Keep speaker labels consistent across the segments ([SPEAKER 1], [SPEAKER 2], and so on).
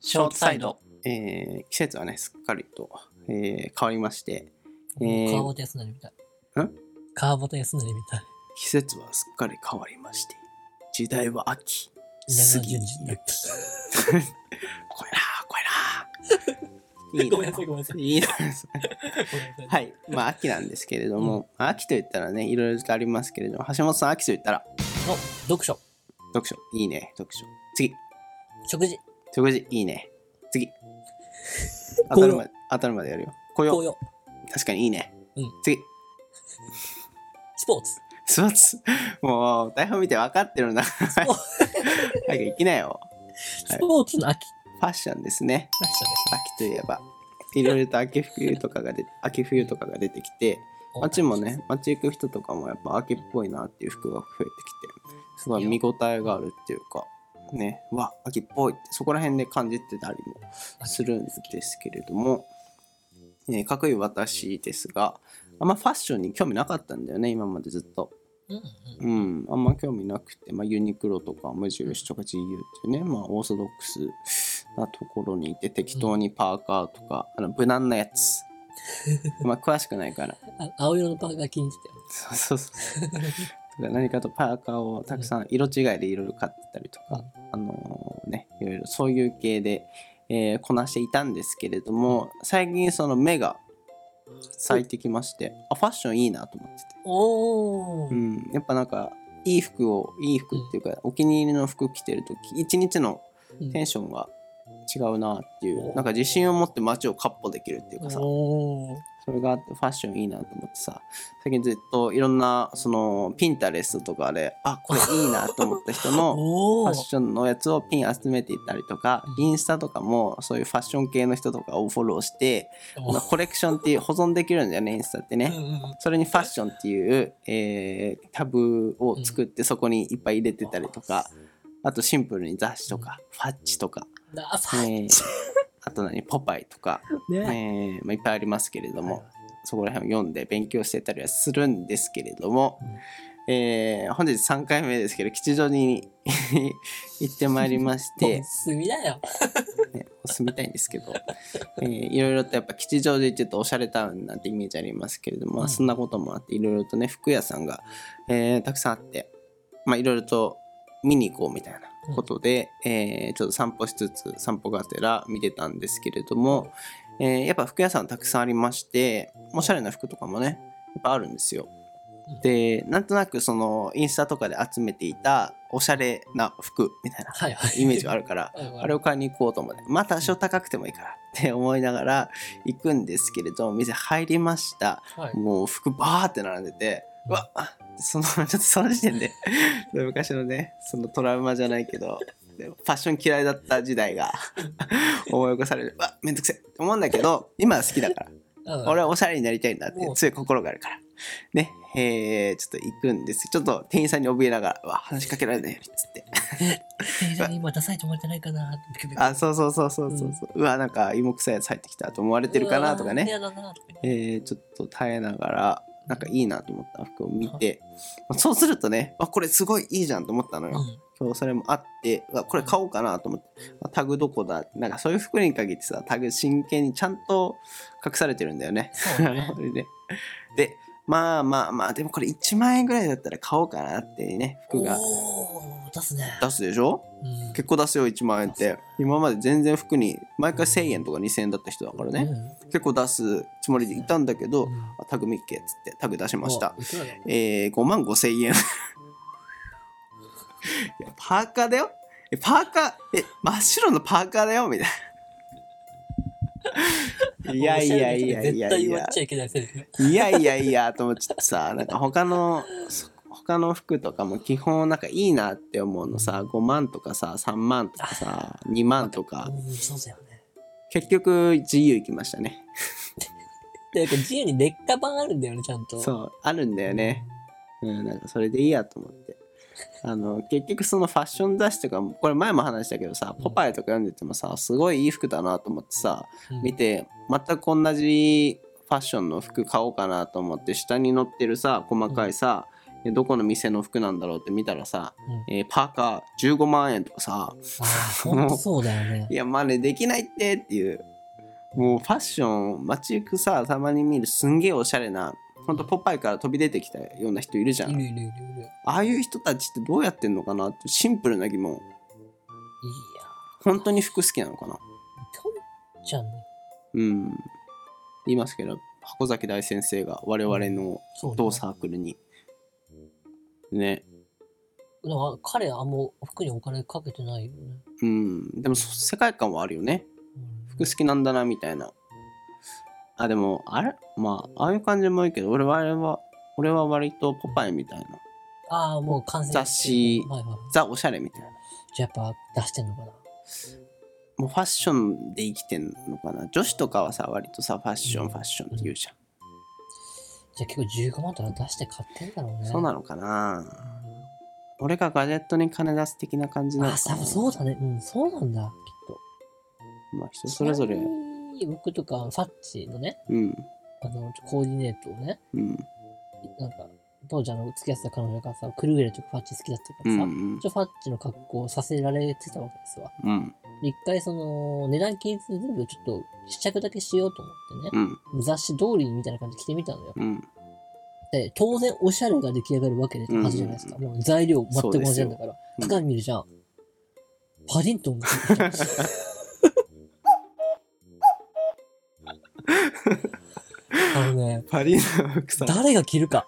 [SPEAKER 1] ショートサイド。えー、季節はね、すっかりと、えー、変わりまして、えー
[SPEAKER 2] 川端康成みたい。
[SPEAKER 1] ん
[SPEAKER 2] 川端康成みたい。
[SPEAKER 1] 季節はすっかり変わりまして、時代は秋、
[SPEAKER 2] 稲川
[SPEAKER 1] 杉
[SPEAKER 2] 淳
[SPEAKER 1] に
[SPEAKER 2] 二だっ
[SPEAKER 1] 行
[SPEAKER 2] け
[SPEAKER 1] き。怖いなー、怖いなー。いい
[SPEAKER 2] ごめん
[SPEAKER 1] な
[SPEAKER 2] なさい、ごめんなさい。
[SPEAKER 1] いいな。
[SPEAKER 2] ごめんなさい
[SPEAKER 1] はい。まあ、秋なんですけれども、まあ秋といったらね、いろいろとありますけれども、橋本さん、秋といったら、
[SPEAKER 2] の読書、
[SPEAKER 1] 読書、いいね、読書。次、
[SPEAKER 2] 食事、
[SPEAKER 1] 食事、いいね。次。当
[SPEAKER 2] 紅
[SPEAKER 1] た
[SPEAKER 2] 葉
[SPEAKER 1] るまで、当たるまでやるよ。紅葉
[SPEAKER 2] 紅、葉、
[SPEAKER 1] 確かにいいね。
[SPEAKER 2] うん
[SPEAKER 1] 次、
[SPEAKER 2] スポーツ。
[SPEAKER 1] スポーツ。もう、台本見て分かってるな。
[SPEAKER 2] ポー
[SPEAKER 1] 早く行きなよ。
[SPEAKER 2] スポーツの秋
[SPEAKER 1] ファッションですね。
[SPEAKER 2] でしたね。
[SPEAKER 1] 秋といえば。いろいろと秋冬とかが出て、秋冬とかが出てきて、街もね、街行く人とかもやっぱ秋っぽいなっていう服が増えてきて、すごい見応えがあるっていうか、ね、うわ、秋っぽいって、そこら辺で感じてたりもするんですけれども、えーかっこいい私ですが、あんまファッションに興味なかったんだよね、今までずっと。
[SPEAKER 2] うんうん。
[SPEAKER 1] うん、あんま興味なくて、まあ、ユニクロとか無印とか GU っていうね、まあ、オーソドックスなところにいて適当にパーカーとか、あの無難なやつまあ詳しくないから
[SPEAKER 2] あ青色のパーカー気に入ってたよ。
[SPEAKER 1] そうそうそうとか何かとパーカーをたくさん色違いでいろいろ買ってたりとか、あのーねいろいろそういう系で、えーこなしていたんですけれども最近その目が咲いてきましてあファッションいいなと思ってて。
[SPEAKER 2] おー。
[SPEAKER 1] うん、やっぱなんかいい服をいい服っていうか、お気に入りの服着てるとき一日の
[SPEAKER 2] うん
[SPEAKER 1] テンションが違うなっていう、
[SPEAKER 2] うん
[SPEAKER 1] なんか自信を持って街をカッポできるっていうかさ、
[SPEAKER 2] おー。
[SPEAKER 1] それがあってファッションいいなと思ってさ最近ずっといろんなそのピンタレストとかであこれいいなと思った人のフ
[SPEAKER 2] お
[SPEAKER 1] ァ
[SPEAKER 2] ー
[SPEAKER 1] ッ。ションのやつをピン集めていったりとか、
[SPEAKER 2] うん
[SPEAKER 1] インスタとかもそういうファッション系の人とかをフォローして、
[SPEAKER 2] お
[SPEAKER 1] まあ
[SPEAKER 2] ー
[SPEAKER 1] コレクションっていう保存できるんだよねインスタってね。
[SPEAKER 2] うんうんうん
[SPEAKER 1] それにファッションっていう、えータブを作ってそこにいっぱい入れてたりとか、あとシンプルに雑誌とか、ファッチとか、
[SPEAKER 2] なあ、フ
[SPEAKER 1] え
[SPEAKER 2] ァ
[SPEAKER 1] ーあと何ポパイと か、
[SPEAKER 2] ね。
[SPEAKER 1] えーまあ、いっぱいありますけれども、そこら辺を読んで勉強してたりはするんですけれども、えー本日3回目ですけど吉祥寺に 行ってまいりまし
[SPEAKER 2] も
[SPEAKER 1] て
[SPEAKER 2] う。住みだよ。
[SPEAKER 1] ね、住みたいんですけど、 えーいろいろとやっぱ吉祥寺って言うとおしゃれタウンなんてイメージありますけれども、まあ
[SPEAKER 2] うん
[SPEAKER 1] そんなこともあっていろいろとね服屋さんが、えーたくさんあって、まあ、いろいろと見に行こうみたいなことで、えーちょっと散歩しつつ散歩がてら見てたんですけれども、えーやっぱ服屋さんたくさんありましておしゃれな服とかもねやっぱあるんですよ。でなんとなくそのインスタとかで集めていたおしゃれな服みたいな
[SPEAKER 2] はいはい。
[SPEAKER 1] イメージがあ
[SPEAKER 2] る。
[SPEAKER 1] るからあ
[SPEAKER 2] あ
[SPEAKER 1] れを買いに行こうと思って、まあ多少高くてもいいからって思いながら行くんですけれど、店入りました。
[SPEAKER 2] はい。
[SPEAKER 1] もう服バーって並んでて、うわっその、 ちょっとその時点で、昔のね、そのトラウマじゃないけど、でファッション嫌いだった時代 が思い起こされる。うわっめんどくせえって思うんだけど、今は好きだから。
[SPEAKER 2] うん
[SPEAKER 1] 俺はおしゃれになりたいんだって
[SPEAKER 2] もう
[SPEAKER 1] 強い心があるから。ね、えー、ちょっと行くんです。ちょっと店員さんに怯えながら、うわ話しかけられないようにっつって。
[SPEAKER 2] 店員さんに今ダサいと思われてないかな。ビクビク
[SPEAKER 1] あそうそうそうそうそうそう、うわなんか芋臭いやつ入ってきたと思われてるかなとか
[SPEAKER 2] うわー
[SPEAKER 1] ね、
[SPEAKER 2] 嫌だなとかね
[SPEAKER 1] えーちょっと耐えながらなんかいいなと思った服を見て、まあそうするとねあこれすごいいいじゃんと思ったの
[SPEAKER 2] う
[SPEAKER 1] よ、
[SPEAKER 2] ん
[SPEAKER 1] 今日それもあってうわこれ買おうかなと思って、あタグどこだなんかそういう服に限ってさタグ真剣にちゃんと隠されてるんだよね
[SPEAKER 2] そうね
[SPEAKER 1] あれね でまあまあまあでもこれ1万円ぐらいだったら買おうかなっていうね服が
[SPEAKER 2] おー出すね。
[SPEAKER 1] 出すでしょ
[SPEAKER 2] うん
[SPEAKER 1] 結構出すよ1万円って今まで全然服に毎回1000円とか2000円だった人だからね、結構出すつもりでいたんだけど、
[SPEAKER 2] うん
[SPEAKER 1] あタグミッケっつってタグ出しました
[SPEAKER 2] おいくらだ
[SPEAKER 1] えー、5万5000円 いやパーカーだよえパーカーえ真っ白のパーカーだよみたいないやいやいやいや
[SPEAKER 2] 絶対
[SPEAKER 1] い
[SPEAKER 2] 言わ
[SPEAKER 1] や
[SPEAKER 2] っちゃいけないセリフ。
[SPEAKER 1] いやいやいやと思っちゃってさなんか他のそ他の服とかも基本なんかいいなって思うのさ5万とかさ3万とかさ2万とか
[SPEAKER 2] うん、そうだよね。
[SPEAKER 1] 結局 GU 行きましたね
[SPEAKER 2] で、自由に劣化版あるんだよね、ちゃんと。
[SPEAKER 1] そうあるんだよねうんなんかそれでいいやと思ってあの結局そのファッション雑誌とかもこれ前も話したけどさ「ポパイ」とか読んでてもさすごいいい服だなと思ってさ
[SPEAKER 2] うん。
[SPEAKER 1] 見て全く同じファッションの服買おうかなと思って下に載ってるさ細かいさ、でどこの店の服なんだろうって見たらさ、
[SPEAKER 2] う
[SPEAKER 1] えーパーカー15万円とかさ
[SPEAKER 2] あーほんとそうだよね
[SPEAKER 1] い。やマネできないってっていうもうファッション街行くさたまに見るすんげえおしゃれなほんとポパイから飛び出てきたような人いるじゃ
[SPEAKER 2] いる
[SPEAKER 1] ん
[SPEAKER 2] いるいるいる。いや
[SPEAKER 1] ああいう人たちってどうやってんのかなってシンプルな疑問本当に服好きなのかな
[SPEAKER 2] ー、とんちゃんね。
[SPEAKER 1] うん言いますけど箱崎大先生が我々の
[SPEAKER 2] そうね
[SPEAKER 1] 同サークルにね
[SPEAKER 2] だから彼あんま服にお金かけてないよね。
[SPEAKER 1] うんでもそ世界観はあるよね
[SPEAKER 2] うん
[SPEAKER 1] 服好きなんだなみたいなあでもあれまあああいう感じもいいけど俺はあれは俺は割とポパイみたいな
[SPEAKER 2] ああ、もう完成
[SPEAKER 1] 雑誌
[SPEAKER 2] はいはいはい。
[SPEAKER 1] ザおしゃれみたいな
[SPEAKER 2] じゃあやっぱ出してんのかな。
[SPEAKER 1] もうファッションで生きてんのかな女子とかはさ割とさファッションファッションって言うじゃん、
[SPEAKER 2] じゃあ結構15万とか出して買ってんだろうね。
[SPEAKER 1] そうなのかな俺がガジェットに金出す的な感じなの
[SPEAKER 2] あ、
[SPEAKER 1] か
[SPEAKER 2] さ
[SPEAKER 1] な
[SPEAKER 2] そうだね。うん、そうなんだ、きっ
[SPEAKER 1] まあ人
[SPEAKER 2] と。
[SPEAKER 1] それぞれ
[SPEAKER 2] ちなみに僕とか、ファッチのね、
[SPEAKER 1] うん
[SPEAKER 2] あの、コーディネートをね、
[SPEAKER 1] うん
[SPEAKER 2] なんか、当時あの、付き合ってた彼女がさ、クルーレとかファッチ好きだったか
[SPEAKER 1] う
[SPEAKER 2] ら
[SPEAKER 1] ん
[SPEAKER 2] さ、
[SPEAKER 1] うん
[SPEAKER 2] 一応ファッチの格好をさせられてたわけですわ。
[SPEAKER 1] うん
[SPEAKER 2] で一回その、値段気にせず全部ちょっと試着だけしようと思ってね、
[SPEAKER 1] うん
[SPEAKER 2] 雑誌通りみたいな感じで着てみたのよ。
[SPEAKER 1] うん
[SPEAKER 2] で、当然おしゃれが出来上がるわけで
[SPEAKER 1] うん
[SPEAKER 2] はずじゃないですか。もう材料全く同じなんだから。
[SPEAKER 1] うん
[SPEAKER 2] 鏡見るじゃん。パディントンが出てきたあのね、
[SPEAKER 1] パリの服さ
[SPEAKER 2] 誰が着るか。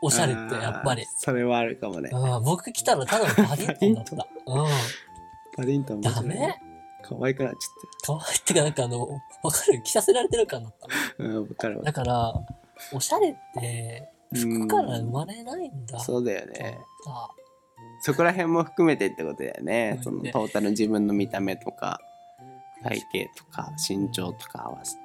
[SPEAKER 2] おしゃれって、やっぱり
[SPEAKER 1] あー。それはあるかもね
[SPEAKER 2] うん僕来たらただのパディントンだった。う
[SPEAKER 1] パリントン
[SPEAKER 2] ん。
[SPEAKER 1] 面
[SPEAKER 2] ダ
[SPEAKER 1] 白い
[SPEAKER 2] メ
[SPEAKER 1] 可愛くなっち
[SPEAKER 2] 可愛いってか、なんかあの、わかる着させられてる感だった。
[SPEAKER 1] ゃったうんわかるわ
[SPEAKER 2] だから、おしゃれって、服から生まれないんだ。
[SPEAKER 1] そうだよ
[SPEAKER 2] と思っ
[SPEAKER 1] ね
[SPEAKER 2] た
[SPEAKER 1] そこら辺も含めてってことだよねそ
[SPEAKER 2] そう
[SPEAKER 1] の
[SPEAKER 2] だね
[SPEAKER 1] トータル自分の見た目とか体型とか身長とか合わせて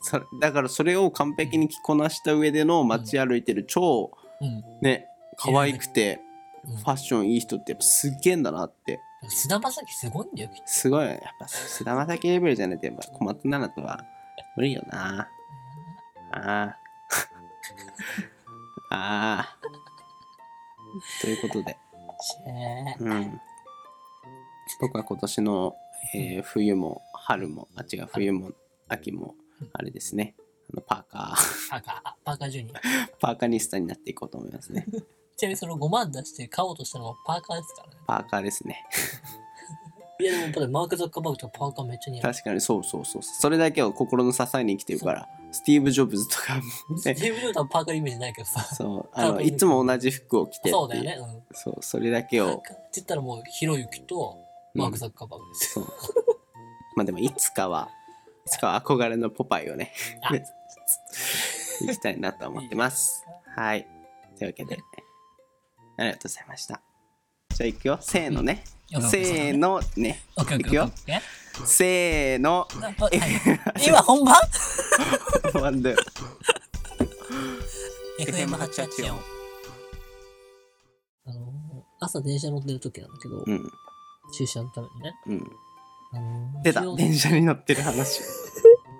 [SPEAKER 1] それだからそれを完璧に着こなした上での街歩いてる超
[SPEAKER 2] うん。
[SPEAKER 1] ね可愛くて
[SPEAKER 2] うん
[SPEAKER 1] ファッションいい人ってやっぱすっげえんだなって
[SPEAKER 2] 菅田将暉すごいんだよ、きっと。
[SPEAKER 1] すごいよねやっぱ菅田将暉レベルじゃないとやっぱ小松菜奈とは無理よなあ あああということで
[SPEAKER 2] えー
[SPEAKER 1] うん、僕は今年の、えー冬も春もあ違う冬も秋も
[SPEAKER 2] うん
[SPEAKER 1] あれですねあのパーカー
[SPEAKER 2] パーカー、パーカージュニア。
[SPEAKER 1] パーカニスタになっていこうと思いますね
[SPEAKER 2] ちなみにその5万出して買おうとしたのはパーカーですからね。
[SPEAKER 1] パーカーですね
[SPEAKER 2] いやでもやっぱりマーク・ザッカーバーグとかパーカーめっちゃ似合う。
[SPEAKER 1] 確かにそうそうそうそれだけを心の支えに生きてるからスティーブ・ジョブズとかも
[SPEAKER 2] ス
[SPEAKER 1] ね
[SPEAKER 2] ティーブ・ジョーダンパーカーイメージないけどさ。
[SPEAKER 1] そうあ
[SPEAKER 2] 多
[SPEAKER 1] の
[SPEAKER 2] 分
[SPEAKER 1] いつも同じ服を着てってい
[SPEAKER 2] そうだよね。うん。
[SPEAKER 1] そうそれだけ
[SPEAKER 2] パー
[SPEAKER 1] を
[SPEAKER 2] カーって言ったらもう、ひろゆきとマーク・ザッカーバーグです。
[SPEAKER 1] そうまあでもいつかはいつかは憧れのポパイをね
[SPEAKER 2] あ
[SPEAKER 1] 行きたいなと思ってますはいというわけでありがとうございましたじゃあ行くよせーのね
[SPEAKER 2] うん
[SPEAKER 1] せーのね
[SPEAKER 2] オッケーオッ
[SPEAKER 1] 行
[SPEAKER 2] ケ
[SPEAKER 1] く
[SPEAKER 2] ーオ
[SPEAKER 1] よ
[SPEAKER 2] ッケー。
[SPEAKER 1] せーの
[SPEAKER 2] ななはい今本 番
[SPEAKER 1] ワンダ
[SPEAKER 2] ?FM884。あのー、朝電車乗ってる時なんだけど、
[SPEAKER 1] うん
[SPEAKER 2] 駐車のためにね。
[SPEAKER 1] うん
[SPEAKER 2] あのー
[SPEAKER 1] 出た
[SPEAKER 2] 一応
[SPEAKER 1] 電車に乗ってる話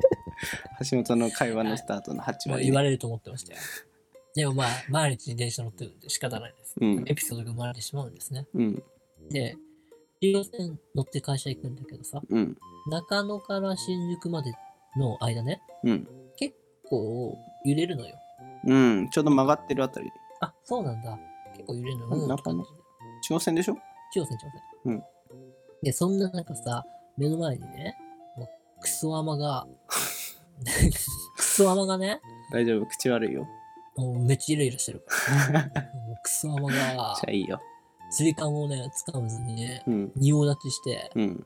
[SPEAKER 1] 橋本の会話のスタートの8
[SPEAKER 2] まあ
[SPEAKER 1] 割
[SPEAKER 2] 言われると思ってましたよ。でもまあ、毎日電車乗ってるんで仕方ないです。
[SPEAKER 1] うん
[SPEAKER 2] エピソードが生まれてしまうんですね。
[SPEAKER 1] うん
[SPEAKER 2] で、中央線乗って会社行くんだけどさ、
[SPEAKER 1] うん
[SPEAKER 2] 中野から新宿までの間ね、
[SPEAKER 1] うん
[SPEAKER 2] 結構揺れるのよ。
[SPEAKER 1] うんちょうど曲がってるあたり
[SPEAKER 2] あ、そうなんだ。結構揺れるの
[SPEAKER 1] うん
[SPEAKER 2] よ。
[SPEAKER 1] 中野中央線でしょ
[SPEAKER 2] 中央線、中央
[SPEAKER 1] う
[SPEAKER 2] 線。
[SPEAKER 1] ん。
[SPEAKER 2] で、そんな中さ、目の前にね、もうクソア マが、クソアマがね、
[SPEAKER 1] 大丈夫口悪いよ
[SPEAKER 2] もうめっちゃイライラして るから。もうクソアマが
[SPEAKER 1] じゃ、あいいよ
[SPEAKER 2] 釣り感をね、掴まずにね、
[SPEAKER 1] うん
[SPEAKER 2] 仁王立ちして
[SPEAKER 1] うん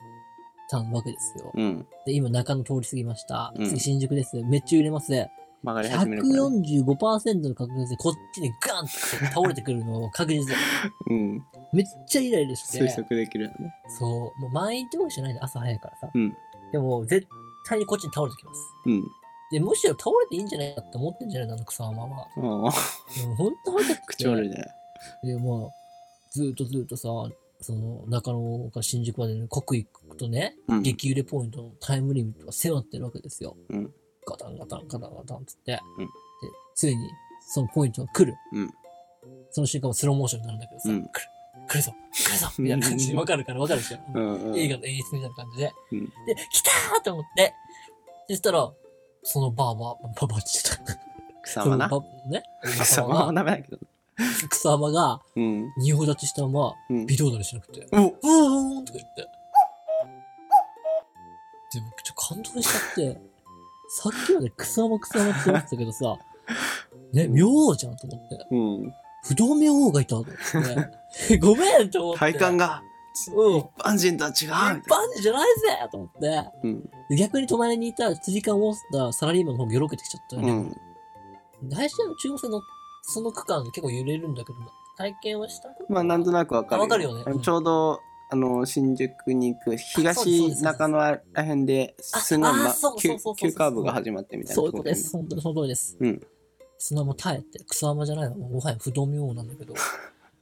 [SPEAKER 2] たわけですよ。
[SPEAKER 1] うん
[SPEAKER 2] で、今中野通り過ぎました。
[SPEAKER 1] うん
[SPEAKER 2] 次新宿です。めっちゃ揺れます。
[SPEAKER 1] 曲がり始めるから、ね、
[SPEAKER 2] 145%の確率でこっちにガンって倒れてくるのを確実だ
[SPEAKER 1] うん
[SPEAKER 2] めっちゃイライラして。
[SPEAKER 1] 推測できるよね
[SPEAKER 2] そう。もう満員ってわけじゃないの、朝早いからさ。
[SPEAKER 1] うん
[SPEAKER 2] でも、絶対にこっちに倒れてきます。
[SPEAKER 1] うん
[SPEAKER 2] で、むしろ倒れていいんじゃないかって思ってんじゃないの、あの草浜は。
[SPEAKER 1] ああ
[SPEAKER 2] もうほんと腹立ってきて
[SPEAKER 1] 口悪いね
[SPEAKER 2] で、まあ、ずーっとずーっとさ、その中野から新宿までの刻一刻とね、
[SPEAKER 1] うん
[SPEAKER 2] 激売れポイントのタイムリミットが迫ってるわけですよ。
[SPEAKER 1] うん
[SPEAKER 2] ガタンガタンガタンガタンっつって、
[SPEAKER 1] うん
[SPEAKER 2] でついにそのポイントが来る。
[SPEAKER 1] うん
[SPEAKER 2] その瞬間もスローモーションになるんだけどさ、
[SPEAKER 1] うん
[SPEAKER 2] 来る来るぞ来るぞみたいな感じでわかるからわかるでしょ、
[SPEAKER 1] うんうん
[SPEAKER 2] 映画の演出みたいな感じで、
[SPEAKER 1] うん
[SPEAKER 2] で来たーと思ってそしたらそのバーバーバーバーって言っちゃっ
[SPEAKER 1] 草
[SPEAKER 2] た
[SPEAKER 1] 間な
[SPEAKER 2] そのバね
[SPEAKER 1] 草間はダメだけど
[SPEAKER 2] 草間が
[SPEAKER 1] うん
[SPEAKER 2] 仁王立ちしたまま
[SPEAKER 1] うん
[SPEAKER 2] 微動だにしなくて
[SPEAKER 1] お
[SPEAKER 2] うーんとか言って。で、僕ちょっと感動しちゃって、 さっきまで草間草間って言ってたけどさ、ね、
[SPEAKER 1] うん
[SPEAKER 2] 妙王じゃんと思って。
[SPEAKER 1] うん
[SPEAKER 2] 不動明王がいたと思っ て。ごめんと思って。
[SPEAKER 1] 体感
[SPEAKER 2] が。
[SPEAKER 1] が
[SPEAKER 2] うん。一
[SPEAKER 1] 一般人とは違うみたい
[SPEAKER 2] 般人じゃないぜと思って。
[SPEAKER 1] うん
[SPEAKER 2] で逆に隣にいた辻感を持ったサラリーマンの方がよろけてきちゃったよ
[SPEAKER 1] う
[SPEAKER 2] ね。
[SPEAKER 1] ん
[SPEAKER 2] 大事な中央線のその区間結構揺れるんだけど、体験はした
[SPEAKER 1] まあなんとなくわかる
[SPEAKER 2] あわかるよね
[SPEAKER 1] あの
[SPEAKER 2] うん
[SPEAKER 1] ちょうどあの新宿に行く
[SPEAKER 2] そうですそうで
[SPEAKER 1] 東
[SPEAKER 2] す
[SPEAKER 1] 中野らへんですごい
[SPEAKER 2] あ
[SPEAKER 1] ま
[SPEAKER 2] あそう
[SPEAKER 1] 急
[SPEAKER 2] そうそうそう
[SPEAKER 1] 急カーブが始まってみたいな
[SPEAKER 2] そういう
[SPEAKER 1] とこ
[SPEAKER 2] こ
[SPEAKER 1] とだよ
[SPEAKER 2] で
[SPEAKER 1] ね
[SPEAKER 2] す。本当にその通りです。
[SPEAKER 1] うん
[SPEAKER 2] 砂も耐えて、草間じゃないのもうもはや不動明王なんだ けど、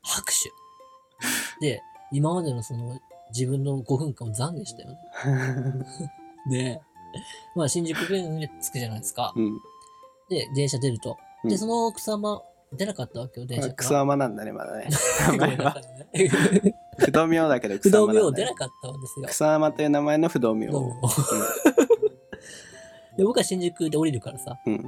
[SPEAKER 2] 拍手。で、今までのその自分の5分間を懺悔したよね。で、まあ新宿御苑に着くじゃないですか。
[SPEAKER 1] うん
[SPEAKER 2] で、電車出ると。
[SPEAKER 1] う
[SPEAKER 2] で、
[SPEAKER 1] ん
[SPEAKER 2] その草間出なかったわけよ、電車
[SPEAKER 1] 草
[SPEAKER 2] から。
[SPEAKER 1] 間なんだねまだね
[SPEAKER 2] ごめんなさいね
[SPEAKER 1] 不動明王だけど
[SPEAKER 2] 不
[SPEAKER 1] 草
[SPEAKER 2] 動
[SPEAKER 1] 間
[SPEAKER 2] 明
[SPEAKER 1] な
[SPEAKER 2] 王
[SPEAKER 1] んだ
[SPEAKER 2] 出
[SPEAKER 1] ね
[SPEAKER 2] なかったんですよ。
[SPEAKER 1] 草間という名前の不動明
[SPEAKER 2] 不動明
[SPEAKER 1] 王
[SPEAKER 2] 王。で、僕は新宿で降りるからさ、
[SPEAKER 1] うんうん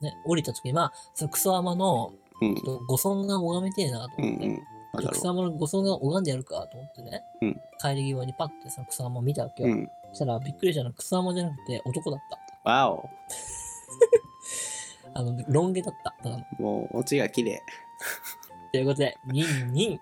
[SPEAKER 2] ね、降りた時に、まあ、その草間の
[SPEAKER 1] うん
[SPEAKER 2] ちょっとご尊が拝みてえなと
[SPEAKER 1] うん
[SPEAKER 2] 思って。
[SPEAKER 1] うんわかるわ
[SPEAKER 2] 草間のご尊が拝んでやるかと思ってね、
[SPEAKER 1] うん
[SPEAKER 2] 帰り際にパッてその草間を見たわけ
[SPEAKER 1] う
[SPEAKER 2] よ。
[SPEAKER 1] ん
[SPEAKER 2] そしたらびっくりしたのは草間じゃなくて男だった。
[SPEAKER 1] わお
[SPEAKER 2] あの、ロン毛だった。ただの
[SPEAKER 1] もうオチが綺麗
[SPEAKER 2] ということで、ニンニン。